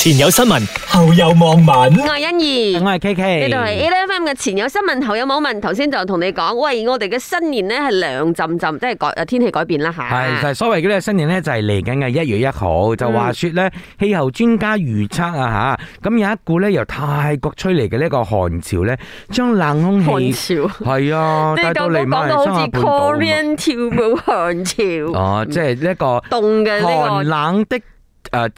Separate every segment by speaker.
Speaker 1: 前有新聞，後有網民。
Speaker 2: 我係欣怡，
Speaker 3: 我係 Dạ, K
Speaker 2: 呢
Speaker 3: K，
Speaker 2: 度係 A F M 嘅前有新聞後有網民，頭先就同你講，喂，我哋嘅新年咧係涼浸浸，即係改誒呃天氣改變啦吓。
Speaker 3: 係就係所謂嘅咧新年咧就係嚟緊嘅一月一號，就話說咧氣候專家預測啊吓，咁有一股咧由泰國吹嚟嘅呢個寒潮咧，將冷空
Speaker 2: 寒
Speaker 3: 氣
Speaker 2: 潮，
Speaker 3: 係啊
Speaker 2: 你
Speaker 3: 帶到
Speaker 2: 講
Speaker 3: 嚟
Speaker 2: 講
Speaker 3: 馬來
Speaker 2: 到
Speaker 3: 西
Speaker 2: 好
Speaker 3: 亞
Speaker 2: 似
Speaker 3: 半島
Speaker 2: Korean 跳舞寒潮，
Speaker 3: 啊嘛，哦，即係呢一個
Speaker 2: 凍嘅呢
Speaker 3: 寒
Speaker 2: 個。
Speaker 3: 冷的誒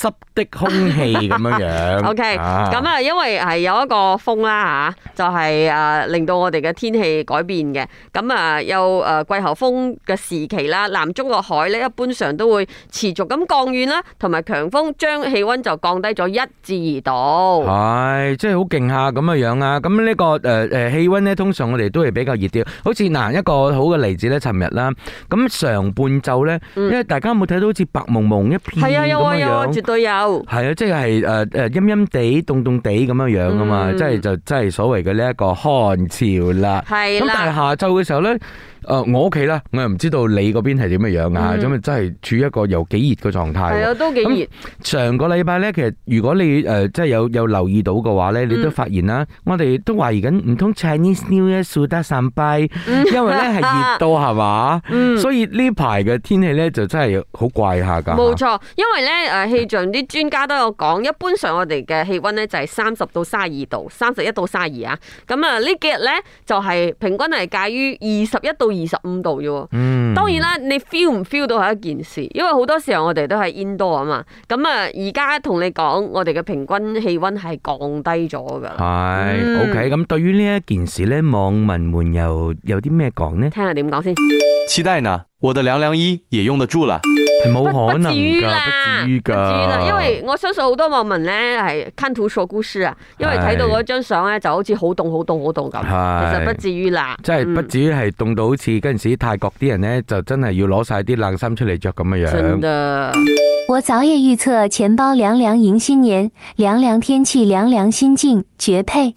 Speaker 3: 潮濕的空氣咁樣樣。
Speaker 2: O K，
Speaker 3: 啊
Speaker 2: 咁啊，因為係有一個風啦吓，就係、啊令到我哋嘅天氣改變嘅。咁啊，有誒季候風嘅時期啦，南中國海咧一般上都會持續咁降雨啦，同埋強風將氣温就降低咗一至二度。
Speaker 3: 係，即係好勁下咁嘅樣啊！咁呢、個誒誒、呃氣温咧，通常我哋都係比較熱啲。好似嗱、一個好嘅例子咧，尋日啦，咁上半晝咧，因為大家有冇睇到好似白蒙蒙一片咁
Speaker 2: 係啊，有啊，
Speaker 3: 嘅
Speaker 2: 有啊，
Speaker 3: 樣
Speaker 2: 絕。對有。
Speaker 3: 係啊，即係誒誒陰陰地、凍凍地咁樣樣啊嘛，
Speaker 2: 嗯
Speaker 3: 即係就即係所謂嘅呢一個寒潮啦。
Speaker 2: 係
Speaker 3: 咁但係
Speaker 2: 啦，
Speaker 3: 下晝嘅時候咧，誒、我屋企啦，我又唔知道你嗰邊係點嘅樣啊，
Speaker 2: 嗯
Speaker 3: 咁啊、真係處於一個又幾熱嘅狀態
Speaker 2: 係
Speaker 3: 喎。
Speaker 2: 啊，都幾熱。
Speaker 3: 上個禮拜咧，其實如果你誒、呃即係有有留意到嘅
Speaker 2: 嗯
Speaker 3: 話咧，你都發現啦，我哋都懷疑緊唔通 Chinese New Year 數得散拜， 因為咧係熱到係嘛，
Speaker 2: 嗯
Speaker 3: 所以呢排嘅天氣咧就真係好怪下㗎。
Speaker 2: 冇錯，因為咧誒氣象啲專家都有講，一般上我哋嘅氣温咧就係三十到三十二度，三十一到三十二啊。咁啊呢幾日咧就係、平均係介於二十一到二十五度啫喎。
Speaker 3: 嗯，
Speaker 2: 當然啦，你 feel 唔 feel 到係一件事，因為好多時候我哋都係 indoor 啊嘛。咁啊，而家同你講，我哋嘅平均氣温係降低咗㗎啦。
Speaker 3: 係、
Speaker 2: 嗯
Speaker 3: OK。咁對於呢一件事咧，網民們又有啲咩講呢？
Speaker 2: 聽下點講先。
Speaker 4: 期待呢，我的凉凉衣也用得住了。
Speaker 3: 係冇可
Speaker 2: 不
Speaker 3: 能
Speaker 2: 至於
Speaker 3: 㗎，
Speaker 2: 啦，
Speaker 3: 不至於
Speaker 2: 不啦
Speaker 3: 㗎，
Speaker 2: 因為我相信好多網民咧係看圖說故事啊，因為睇到嗰張相咧就好似好凍好凍好凍咁，
Speaker 3: 係
Speaker 2: 其實不至於啦，
Speaker 3: 即係不
Speaker 2: 嗯
Speaker 3: 至於係凍到好似嗰陣時泰國啲人咧，就真係要攞晒啲冷衫出嚟着咁嘅樣
Speaker 2: 真。 的。
Speaker 5: 我早也预测钱包凉凉迎新年，凉凉天气凉凉心境，绝配。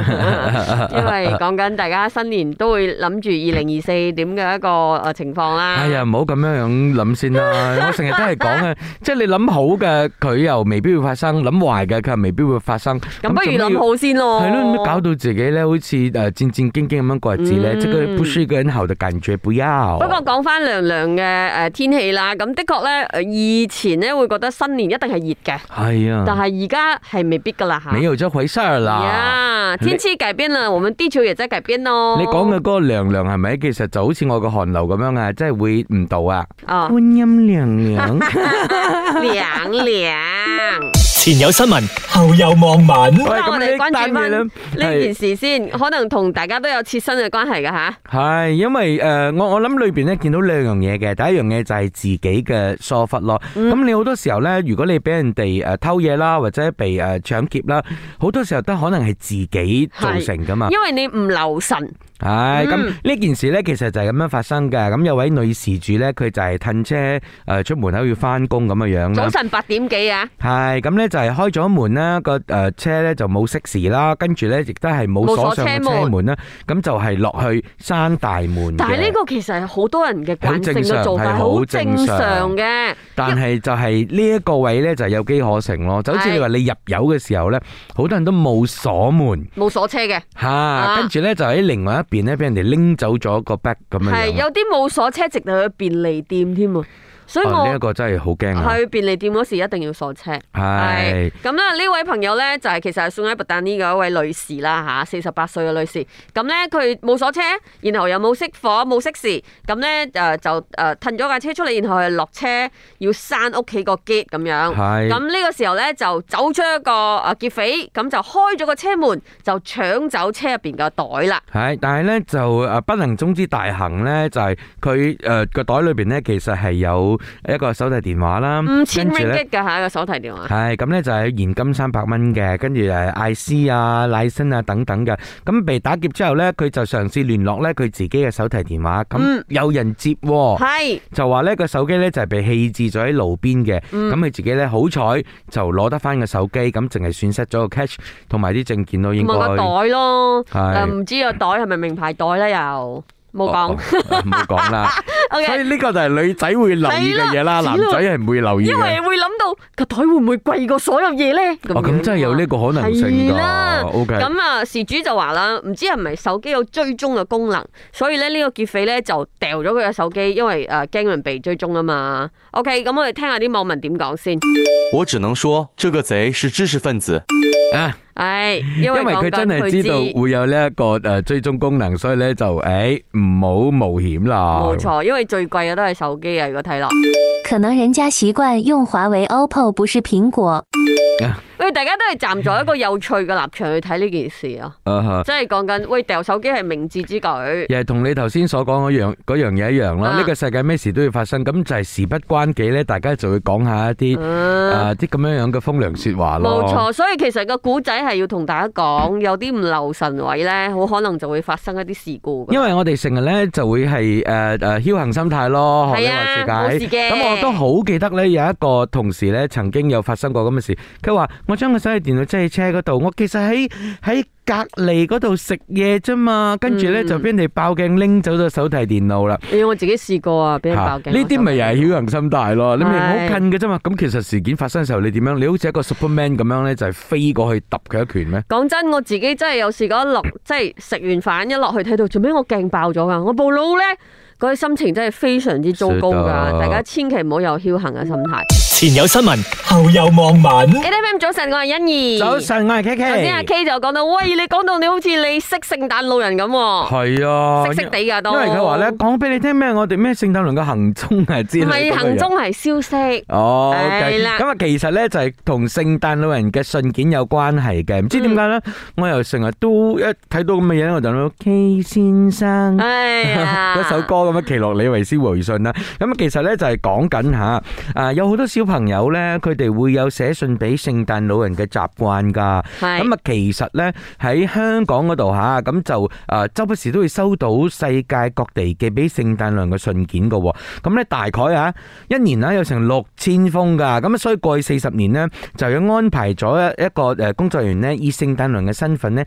Speaker 2: 因為講緊大家新年都會諗住二零二四點嘅一個誒情況啦。
Speaker 3: 哎呀，唔好咁樣樣諗 先啦！我成日都係講嘅，即係你諗好嘅，佢又未必會發生；諗壞嘅，佢又未必會發生。
Speaker 2: 咁不如
Speaker 3: 做咩
Speaker 2: 諗
Speaker 3: 要。
Speaker 2: 好先咯。
Speaker 3: 係咯，咁搞到自己咧，好似誒戰戰兢兢咁樣過日子咧，
Speaker 2: 嗯
Speaker 3: 即係不是一個人好的感覺，不要。
Speaker 2: 不過講翻涼涼嘅誒呃天氣啦，咁的確咧，誒以前咧會覺得新年一定係熱嘅，
Speaker 3: 係
Speaker 2: 但
Speaker 3: 啊，
Speaker 2: 係而家係未必噶啦嚇。
Speaker 3: 沒有這回事兒啦。
Speaker 2: 呀，天氣改變了，我們地球也在改哦變咯。
Speaker 3: 你講嘅嗰個涼涼係咪？其實就好似我個寒流咁樣啊，即係會唔到啊。
Speaker 2: 啊，
Speaker 3: 觀音娘娘。
Speaker 2: 涼涼。
Speaker 1: 前有新聞，後有網民。
Speaker 3: 喂
Speaker 2: 咁我哋關注翻呢件事先，可能同大家都有切身嘅關係嘅
Speaker 3: 啊
Speaker 2: 吓。
Speaker 3: 係，因為誒、呃我我諗裏邊咧見到兩樣嘢嘅，第一樣嘢就係自己嘅疏忽咯。咁、你好多時候咧，如果你俾人哋誒偷嘢啦，或者被誒搶 劫啦，好多時候都可能係自己造成噶嘛。
Speaker 2: 因為你唔留神，
Speaker 3: 係咁
Speaker 2: 嗯
Speaker 3: 呢件事咧，其實就係咁樣發生嘅。咁有位女事主咧，佢就係褪車誒出門口要翻工咁嘅樣啦
Speaker 2: 早。晨八點幾啊，
Speaker 3: 係咁咧，就係開咗門啦，個誒車咧就冇熄匙啦，跟住咧亦都係冇鎖上嘅
Speaker 2: 冇鎖車
Speaker 3: 車
Speaker 2: 門
Speaker 3: 門啦，咁就係落去閂大門嘅。
Speaker 2: 但係呢個其實係好多人嘅慣性嘅做法，
Speaker 3: 係
Speaker 2: 好
Speaker 3: 好
Speaker 2: 正
Speaker 3: 正常
Speaker 2: 常嘅。
Speaker 3: 但係就係呢一個位呢，就有機可乘咯，就好似你話你入油嘅時候呢，好多人都冇鎖門
Speaker 2: 冇鎖車嘅，
Speaker 3: 嚇，
Speaker 2: 啊
Speaker 3: 跟住呢，就喺另外一邊呢，俾人哋拎走咗個 bag 咁樣
Speaker 2: 係
Speaker 3: 樣。
Speaker 2: 有啲冇鎖車，直到去便利店添啊！所以
Speaker 3: 哦呢一
Speaker 2: 我
Speaker 3: 個真係好驚啊！
Speaker 2: 去便利店嗰時一定要鎖車。係
Speaker 3: 係
Speaker 2: 咁啦，呢位朋友咧就係、其實係送喺 b u 呢嘅一位女士啦吓，四十八歲嘅女士。咁咧佢冇鎖車，然後又冇熄火冇熄匙，咁咧誒就誒褪咗架車出嚟，然後係落車要閂屋企個 gate 咁樣。
Speaker 3: 係
Speaker 2: 咁呢個時候咧就走出一個誒劫匪，咁就開咗個車門就搶走車入邊嘅袋啦。
Speaker 3: 係，但係呢，就誒不能終之大行呢，就係佢誒個袋裏邊呢，其實係有一個手提電話啦，
Speaker 2: 五千
Speaker 3: 跟住呢
Speaker 2: ringgit 嘅嚇個手提電話。
Speaker 3: 係咁咧就係現金三百蚊嘅，跟住誒 IC 啊、奶身啊等等嘅。咁被打劫之後咧，佢就嘗試聯絡咧佢自己嘅手提電話，
Speaker 2: 嗯
Speaker 3: 咁有人接喎，
Speaker 2: 係
Speaker 3: 就話咧個手機咧就係被棄置咗喺路邊嘅。咁佢自己咧好彩就攞得翻個手機，咁淨係損失咗個 cash 同埋啲證件咯，應
Speaker 2: 同埋
Speaker 3: 該
Speaker 2: 個袋咯，
Speaker 3: 係
Speaker 2: 誒唔知個袋係咪名牌袋咧又？冇講，
Speaker 3: 哦唔好講啦。
Speaker 2: OK
Speaker 3: 所以呢個就係女仔會留意嘅嘢啦，
Speaker 2: 係啦
Speaker 3: 男仔係唔會留意
Speaker 2: 因
Speaker 3: 嘅
Speaker 2: 為。會諗到個袋會唔會貴過所有嘢咧？
Speaker 3: 哦，咁真係有呢個可能性
Speaker 2: 係
Speaker 3: 㗎哦
Speaker 2: 啦。
Speaker 3: O K，
Speaker 2: 咁啊，事主就話啦，唔知係咪手機有追蹤嘅功能，所以咧呢個劫匪咧就掉咗佢嘅手機，因為誒驚人被追蹤啊嘛。OK，咁我哋聽下啲網民點講先。
Speaker 4: 我只能说这个贼是知识分子。
Speaker 3: 啊，
Speaker 2: 唉，因
Speaker 3: 因
Speaker 2: 為
Speaker 3: 為
Speaker 2: 講
Speaker 3: 佢真
Speaker 2: 緊
Speaker 3: 係
Speaker 2: 佢
Speaker 3: 知道會有呢一個誒追蹤功能，所以咧就誒唔好冒險啦。
Speaker 2: 冇錯，因為最貴嘅都係手機啊。如果睇落，
Speaker 5: 可能人家习惯用华为、OPPO，不是苹果。
Speaker 2: 喂，大家都係站在一個有趣嘅立場去睇呢件事啊，
Speaker 3: 啊哈。
Speaker 2: 即係講緊喂掉手機係明智之舉。
Speaker 3: 又係同你頭先所講嗰樣嗰樣嘢一樣咯，
Speaker 2: 啊
Speaker 3: 呢個世界咩事都要發生，咁就係事不關己咧，大家就會講下一啲
Speaker 2: 嗯
Speaker 3: 啊啲咁樣樣嘅風涼説話咯。
Speaker 2: 冇錯，所以其實個古仔係要同大家講，有啲唔留神位咧，好可能就會發生一啲事故㗎。
Speaker 3: 因為我哋成日咧就會係誒誒僥倖心態咯，學你
Speaker 2: 係
Speaker 3: 話
Speaker 2: 啊
Speaker 3: 事解
Speaker 2: 冇事嘅
Speaker 3: 咁我都好記得咧，有一個同事咧曾經有發生過咁嘅事。佢話：我將個手提電腦擠喺車嗰度，我其實喺喺隔離嗰度食嘢啫嘛，跟住咧
Speaker 2: 嗯
Speaker 3: 就俾人哋爆鏡拎走咗手提電腦啦。
Speaker 2: 因為我自己試過啊，俾人
Speaker 3: 嚇
Speaker 2: 爆鏡。
Speaker 3: 呢啲咪又
Speaker 2: 我
Speaker 3: 係
Speaker 2: 手
Speaker 3: 僥倖心大咯，你咪
Speaker 2: 係
Speaker 3: 好近嘅啫嘛。咁其實事件發生嘅時候，你點樣？你好似一個 Superman 咁樣咧，就係飛過去揼佢一拳咩？
Speaker 2: 講真，我自己真係有試過一落，即係食完飯一落去睇到，做咩我鏡爆咗㗎？我部腦咧嗰啲心情真係非常之糟糕
Speaker 3: 是的
Speaker 2: 㗎。大家千祈唔好有僥倖嘅心態。
Speaker 3: 嗯
Speaker 1: 前有新聞，後有網民。
Speaker 2: A M 早晨，我係欣怡。
Speaker 3: 早晨，我係 K
Speaker 2: 頭先阿
Speaker 3: K。
Speaker 2: K 就講到，喂，你講到你好似你識聖誕老人咁喎，
Speaker 3: 係啊，
Speaker 2: 識識地㗎都。
Speaker 3: 因為佢話咧，講俾你聽咩？我哋咩聖誕輪嘅行蹤啊之
Speaker 2: 唔係
Speaker 3: 類咁嘅嘢
Speaker 2: 行。蹤係消息。
Speaker 3: 哦，
Speaker 2: 係啦
Speaker 3: OK 咁啊，其實咧就係同聖誕老人嘅信件有關係嘅，唔知點解咧，我又成日都一睇到咁嘅嘢呢，我就諗到 K 先生。
Speaker 2: 哎呀，
Speaker 3: 嗰嗯首歌咁樣，奇洛李維斯回信啦。咁其實咧就係講緊吓，啊有好多小朋友咧，佢哋會有寫信俾聖誕老人嘅習慣㗎。
Speaker 2: 係
Speaker 3: 咁啊，其實咧喺香港嗰度吓，咁就誒周不時都會收到世界各地寄俾聖誕娘嘅信件嘅喎。咁咧大概啊一年啦有成六千封㗎。咁所以過去四十年呢，就有安排咗一一個誒工作人員呢，以聖誕娘嘅身份呢，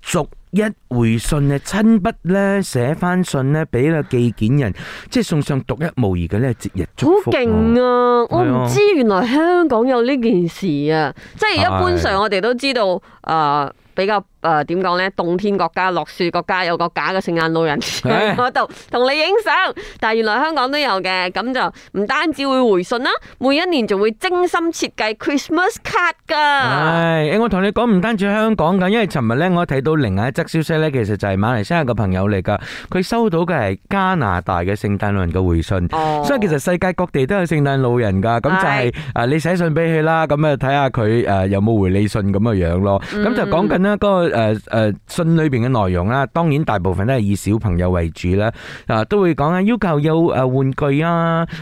Speaker 3: 逐一回信咧，親筆咧寫翻信咧俾個寄件人，即係送上獨一無二嘅咧節日
Speaker 2: 好
Speaker 3: 祝福。
Speaker 2: 勁啊！我
Speaker 3: 係
Speaker 2: 唔
Speaker 3: 啊
Speaker 2: 知原來香港有呢件事啊！即係一般上我哋都知道，誒比較誒點講咧，凍天國家、落雪國家有個假嘅聖誕老人 喺
Speaker 3: 哎
Speaker 2: 嗰度同你影相，但係原來香港都有嘅，咁就唔單止會回信啦，每一年仲會精心設計 Christmas card 㗎。
Speaker 3: 唉，誒我同你講唔單止香港㗎，因為尋日咧我睇到另外一則消息咧，其實就係馬來西亞嘅朋友嚟㗎，佢收到嘅係加拿大嘅聖誕老人嘅回信。
Speaker 2: 哦
Speaker 3: 所以其實世界各地都有聖誕老人㗎，咁就係誒你寫信俾佢啦，咁啊睇下佢誒有冇回你信咁嘅樣咯。咁就講緊呢嗰個誒誒信裏邊嘅內容啦，當然大部分都係以小朋友為主啦，啊都會講啊要求有誒玩具啊、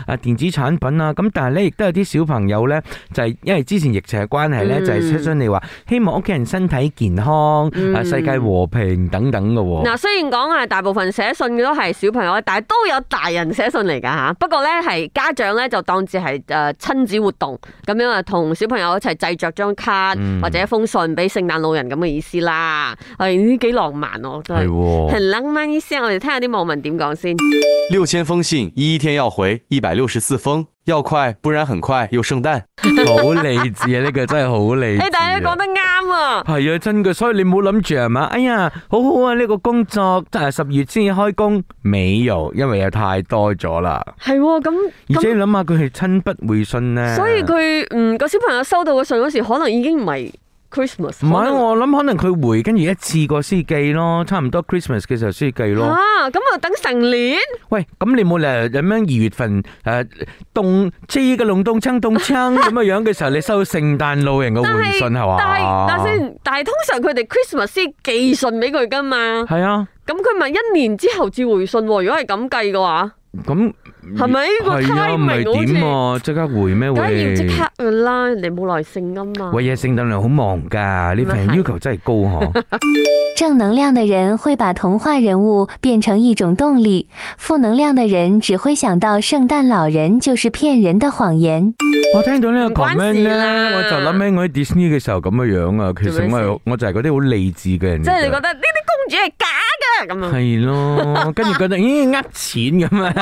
Speaker 3: 啊電子產品啊，咁但係咧亦都有啲小朋友咧就係因為之前疫情嘅關係咧，
Speaker 2: 嗯
Speaker 3: 就係出信你話希望屋企人身體健康、啊
Speaker 2: 嗯
Speaker 3: 世界和平等等嘅喎。
Speaker 2: 嗱，雖然講係大部分寫信嘅都係小朋友，但係都有大人寫信嚟㗎嚇。不過咧係家長咧就當至係誒親呃子活動咁樣啊，同小朋友一齊製作張卡、
Speaker 3: 嗯
Speaker 2: 或者一封信俾聖誕老人咁嘅意思啦。係呢幾浪漫啊喎，真
Speaker 3: 係
Speaker 2: 係。
Speaker 3: 喎。
Speaker 2: 係浪漫意思，我哋聽下啲網民點講先。
Speaker 4: 六千封信，一天要回一百六十四封，要快，不然很快又圣诞。
Speaker 3: 好理智啊！呢個真係好理智啊。
Speaker 2: 誒，大家講得啱啊！
Speaker 3: 係啊，真嘅，所以你冇諗住係嘛？哎呀，好好啊，呢、個工作誒十月先至開工，美油，因為有太多咗啦。
Speaker 2: 係喎，咁
Speaker 3: 而且
Speaker 2: 咁，
Speaker 3: 你諗啊下佢係親筆回信咧，
Speaker 2: 所以佢嗯個小朋友收到嘅信嗰時，可能已經唔係 Christmas。
Speaker 3: 唔係我諗，可能佢回跟住一次過先寄咯，差唔多 Christmas 嘅時候先寄咯。
Speaker 2: 啊，咁啊等成年。
Speaker 3: 喂，咁你冇理由咁樣二月份誒凍知嘅龍凍撐凍撐咁嘅樣嘅時候，你收到聖誕老人嘅
Speaker 2: 但
Speaker 3: 回
Speaker 2: 係
Speaker 3: 信係
Speaker 2: 但係但
Speaker 3: 嘛？
Speaker 2: 先，但係通常佢哋 Christmas 先寄信俾佢噶嘛，
Speaker 3: 係啊，
Speaker 2: 咁佢咪一年之後至回信喎？如果係咁計嘅話，
Speaker 3: 咁
Speaker 2: 係咪個
Speaker 3: 係啊，唔
Speaker 2: timing 好
Speaker 3: 係
Speaker 2: 似
Speaker 3: 點？啊？即刻回咩？
Speaker 2: 梗係要
Speaker 3: 會
Speaker 2: 即刻噶啦，人哋冇耐性噶嘛。
Speaker 3: 喂，嘢聖誕量好忙㗎，呢份
Speaker 2: 啊咁啊係
Speaker 3: 要求真係高 嗬。
Speaker 5: 正能量的人会把童话人物变成一种动力，负能量的人只会想到圣诞老人就是骗人的谎言。
Speaker 3: 我聽到呢
Speaker 2: 唔
Speaker 3: 個
Speaker 2: 關
Speaker 3: comment
Speaker 2: 事
Speaker 3: 咧，
Speaker 2: 啦
Speaker 3: 我就諗起我喺 Disney 嘅時候咁嘅樣啊。其
Speaker 2: 做咩
Speaker 3: 實
Speaker 2: 事
Speaker 3: 我係我就係嗰啲好理智嘅人嚟㗎。
Speaker 2: 即係你覺得呢啲公主係假咁樣。
Speaker 3: 系 咯，跟住覺得咦呃錢咁啊，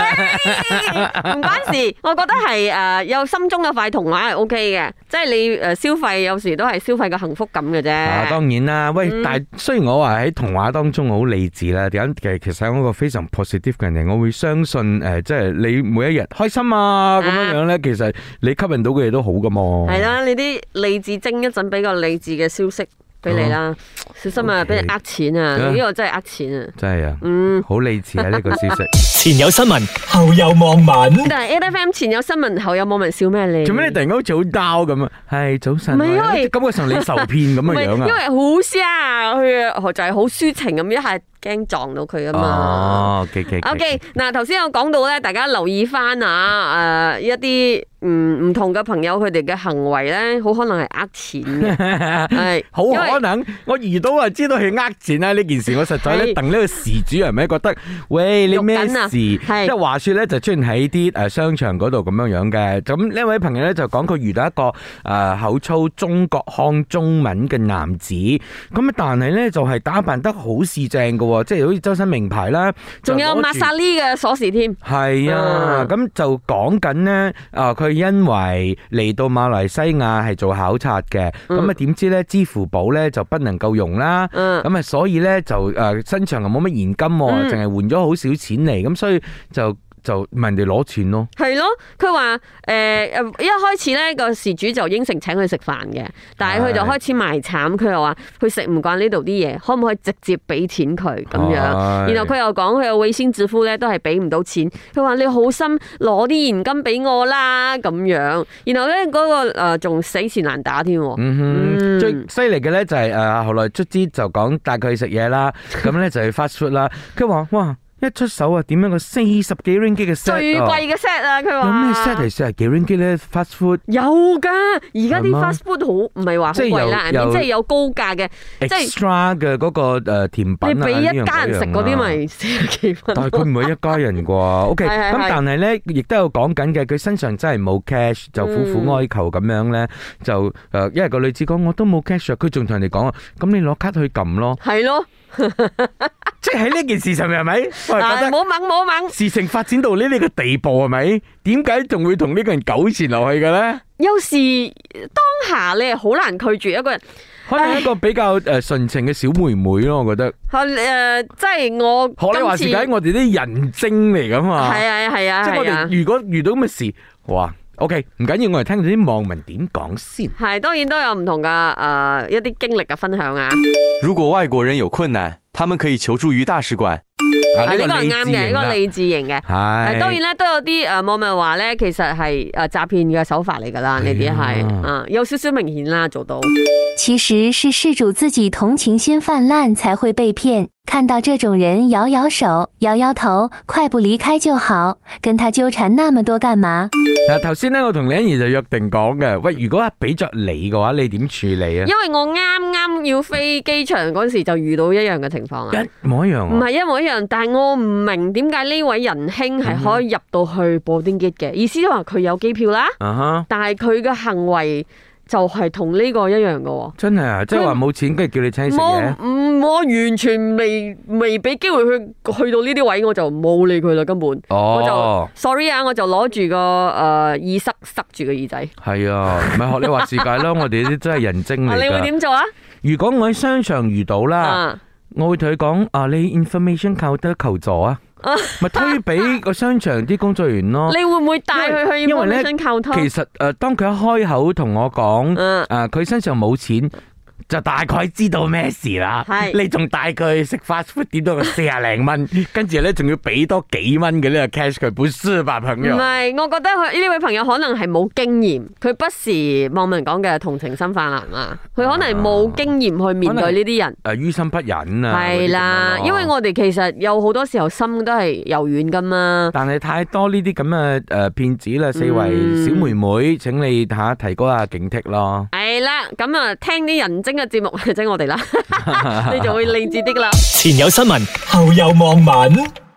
Speaker 2: 唔關事，我覺得係诶、呃有心中有塊童話係 O K 嘅，即係你诶、呃消費有時都係消費個幸福感嘅啫。
Speaker 3: 啊當然啦，喂，
Speaker 2: 嗯
Speaker 3: 但係雖然我話喺童話當中我好理智啦，點解其實其實我一個非常 positive 嘅人嚟，我會相信诶，呃即係你每一日開心啊咁樣樣咧，其實你吸引到嘅嘢都好噶嘛。
Speaker 2: 係啦，你啲理智精一陣俾個理智嘅消息俾你啦，小心啊，
Speaker 3: 哦 OK
Speaker 2: 俾人呃錢啊，
Speaker 3: 啊
Speaker 2: 呢個真係呃錢啊。
Speaker 3: 真係啊，
Speaker 2: 嗯，
Speaker 3: 好理智啊呢個消息。
Speaker 1: 前有新聞，後有望文。
Speaker 2: 但係 A F M 前有新聞，後有網民笑咩你？
Speaker 3: 做咩你突然間好似好 down 咁啊？係早晨啊，
Speaker 2: 唔係因為
Speaker 3: 感覺上你受騙咁
Speaker 2: 唔係
Speaker 3: 嘅樣
Speaker 2: 因
Speaker 3: 啊？
Speaker 2: 為好沙，佢啊就係好抒情咁，一下驚撞到佢啊嘛。
Speaker 3: 哦，OK OK
Speaker 2: O K，嗱，頭先有講到咧，大家留意翻啊，誒、一啲嗯唔唔同嘅朋友佢哋嘅行為咧，好可能係呃錢嘅， 係
Speaker 3: 好
Speaker 2: 因為
Speaker 3: 可能我遇到啊，知道佢呃錢啦呢件事，我實在咧
Speaker 2: 係
Speaker 3: 等呢個事主係咪覺得，喂你咩
Speaker 2: 肉緊啊
Speaker 3: 事？即
Speaker 2: 係
Speaker 3: 係話說咧，就出現喺啲誒商場嗰度咁樣樣嘅。咁呢位朋友咧就講佢遇到一個誒、呃口操中國腔中文嘅男子，咁但係咧就係、打扮得好市正嘅喎，即係好似周身名牌啦，就
Speaker 2: 仲有
Speaker 3: 攞
Speaker 2: 抹
Speaker 3: 住
Speaker 2: 薩呢嘅鎖匙添，
Speaker 3: 係啊，
Speaker 2: 嗯
Speaker 3: 咁就講緊呢，啊佢因為嚟到馬來西亞係做考察嘅，咁啊點知呢？支付寶呢就不能夠用啦，
Speaker 2: 嗯
Speaker 3: 咁啊所以呢，就诶身上又冇乜現金
Speaker 2: 嗯
Speaker 3: 喎，淨係換咗好少錢嚟，咁所以就就問人哋攞錢咯。
Speaker 2: 係咯，佢話誒誒一開始咧個事主就應承請佢食飯嘅，但係佢就
Speaker 3: 係
Speaker 2: 開始埋慘，佢又話佢食唔慣呢度啲嘢，可唔可以直接俾錢佢咁樣？
Speaker 3: 哦唉
Speaker 2: 然後佢又講佢嘅微先致富咧都係俾唔到錢，佢話你好心攞啲現金俾我啦咁樣。然後咧嗰、個誒仲、死纏難打添喎。
Speaker 3: 嗯
Speaker 2: 嗯
Speaker 3: 哼，最犀利嘅咧就係、誒、後來卒之就講帶佢去食 嘢啦，咁咧就去 fast food 啦，佢話哇一出手啊點樣個四十幾 ringgit 嘅 set
Speaker 2: 最貴嘅 set 啊！佢話
Speaker 3: 哦有咩 set 嚟四十幾 ringgit 咧？fast food
Speaker 2: 有㗎，而家
Speaker 3: 係
Speaker 2: 啲
Speaker 3: 嗎
Speaker 2: fast food 好唔係話好貴啦，
Speaker 3: 即係有
Speaker 2: I mean，即係有高價嘅，即係
Speaker 3: extra 嘅嗰個誒甜品啊
Speaker 2: 你俾一家人食嗰啲。
Speaker 3: 呢樣樣啊
Speaker 2: 咪四十幾蚊
Speaker 3: 但係佢
Speaker 2: 咯。
Speaker 3: 唔係一家人啩 ？OK，
Speaker 2: 係係
Speaker 3: 咁
Speaker 2: 係
Speaker 3: 但係咧，亦都有講緊嘅，佢身上真係冇 cash，就苦苦哀求咁樣咧，就誒，因為個女子講我都冇 cash，啊佢仲同人哋講啊，咁你攞卡去撳咯，
Speaker 2: 係咯，
Speaker 3: 即係喺呢件事上面係咪？我係覺
Speaker 2: 嗱，
Speaker 3: 得
Speaker 2: 唔好掹，唔好掹。
Speaker 3: 事情發展到呢呢個地步係咪？點解仲會同呢個人糾纏落去嘅咧？
Speaker 2: 有時當下你係好難拒絕一個人。
Speaker 3: 可能一個比較誒純情嘅小妹妹咯，我覺得。
Speaker 2: 係誒，呃即係我
Speaker 3: 學你話事
Speaker 2: 今次
Speaker 3: 解，我哋啲人精嚟噶嘛，
Speaker 2: 係啊係啊
Speaker 3: 即係我
Speaker 2: 係啊。
Speaker 3: 哋如果遇到咁嘅事，哇，OK，唔緊要，我哋聽到啲網民點講先。
Speaker 2: 係，當然都有唔同嘅誒、呃一啲經歷嘅分享啊。
Speaker 4: 如果外国人有困难，他们可以求助于大使馆。
Speaker 3: 啊
Speaker 2: 啊呢個係啱嘅，呢個理智型嘅。
Speaker 3: 係
Speaker 2: 誒當然咧，都有啲呃誒網民話咧，其實係誒詐騙嘅手法嚟㗎啦，呢啲係啊，有少少明顯啦，做到。
Speaker 5: 其实是事主自己同情心泛滥才会被骗。看到这种人，摇摇手，摇摇头，快步离开就好，跟他纠缠那么多干嘛？
Speaker 3: 嗱，頭先咧我同李欣怡就約定講嘅，喂，如果係俾着你嘅話，你點處理啊
Speaker 2: 因？為我啱啱要飛機場嗰時就遇到一樣嘅情況啊。
Speaker 3: 一模一樣
Speaker 2: 唔
Speaker 3: 啊！
Speaker 2: 係一模一樣，但係我唔明點解呢位仁兄係可以入到去 boarding gate 嘅，意思就話佢有機票啦，
Speaker 3: 啊哈，
Speaker 2: 但係佢嘅行為就係同呢個一樣嘅喎。
Speaker 3: 真係啊，即係話冇錢，跟住叫你請你食嘢
Speaker 2: 冇，唔我完全未未俾機會去去到呢啲位，我就冇理佢啦，根本。我
Speaker 3: 哦
Speaker 2: 就，sorry 啊，我就攞住個誒、呃耳塞塞住個耳仔。啊，
Speaker 3: 係啊，咪學你話事解啦，我哋啲真係人精嚟
Speaker 2: 你會
Speaker 3: 㗎。
Speaker 2: 點做啊？
Speaker 3: 如果我喺商場遇到啦。
Speaker 2: 啊，
Speaker 3: 我會同佢講啊，你 information 靠得求助啊，咪推俾個商場啲工作員咯。
Speaker 2: 你會唔會帶佢去
Speaker 3: 因為咧
Speaker 2: information counter？
Speaker 3: 其實诶、呃，当佢一開口同我講
Speaker 2: 嗯
Speaker 3: 诶，佢、身上冇錢，就大概知道咩事啦。
Speaker 2: 係
Speaker 3: 你仲帶佢去食 fast food 點到個四廿零蚊， 跟住咧仲要俾多幾蚊嘅呢個 cash 佢，本書吧
Speaker 2: 唔
Speaker 3: 朋友。
Speaker 2: 係，我覺得佢呢位朋友可能係冇經驗，佢不時網民講嘅同情心泛濫啊，佢可能係冇經驗去面對呢啲人。
Speaker 3: 诶、於心不忍啊。
Speaker 2: 係啦
Speaker 3: 嗰啲咁樣，咯
Speaker 2: 因為我哋其實有好多時候心都係柔軟噶嘛。
Speaker 3: 但係太多呢啲咁嘅诶騙子啦，四
Speaker 2: 嗯
Speaker 3: 圍小妹妹，請你吓、提高下警惕咯。
Speaker 2: 係啦，咁啊，聽啲人精嘅節 目，即係我哋啦，你就會理智啲㗎啦。
Speaker 1: 前有新聞，後有望文。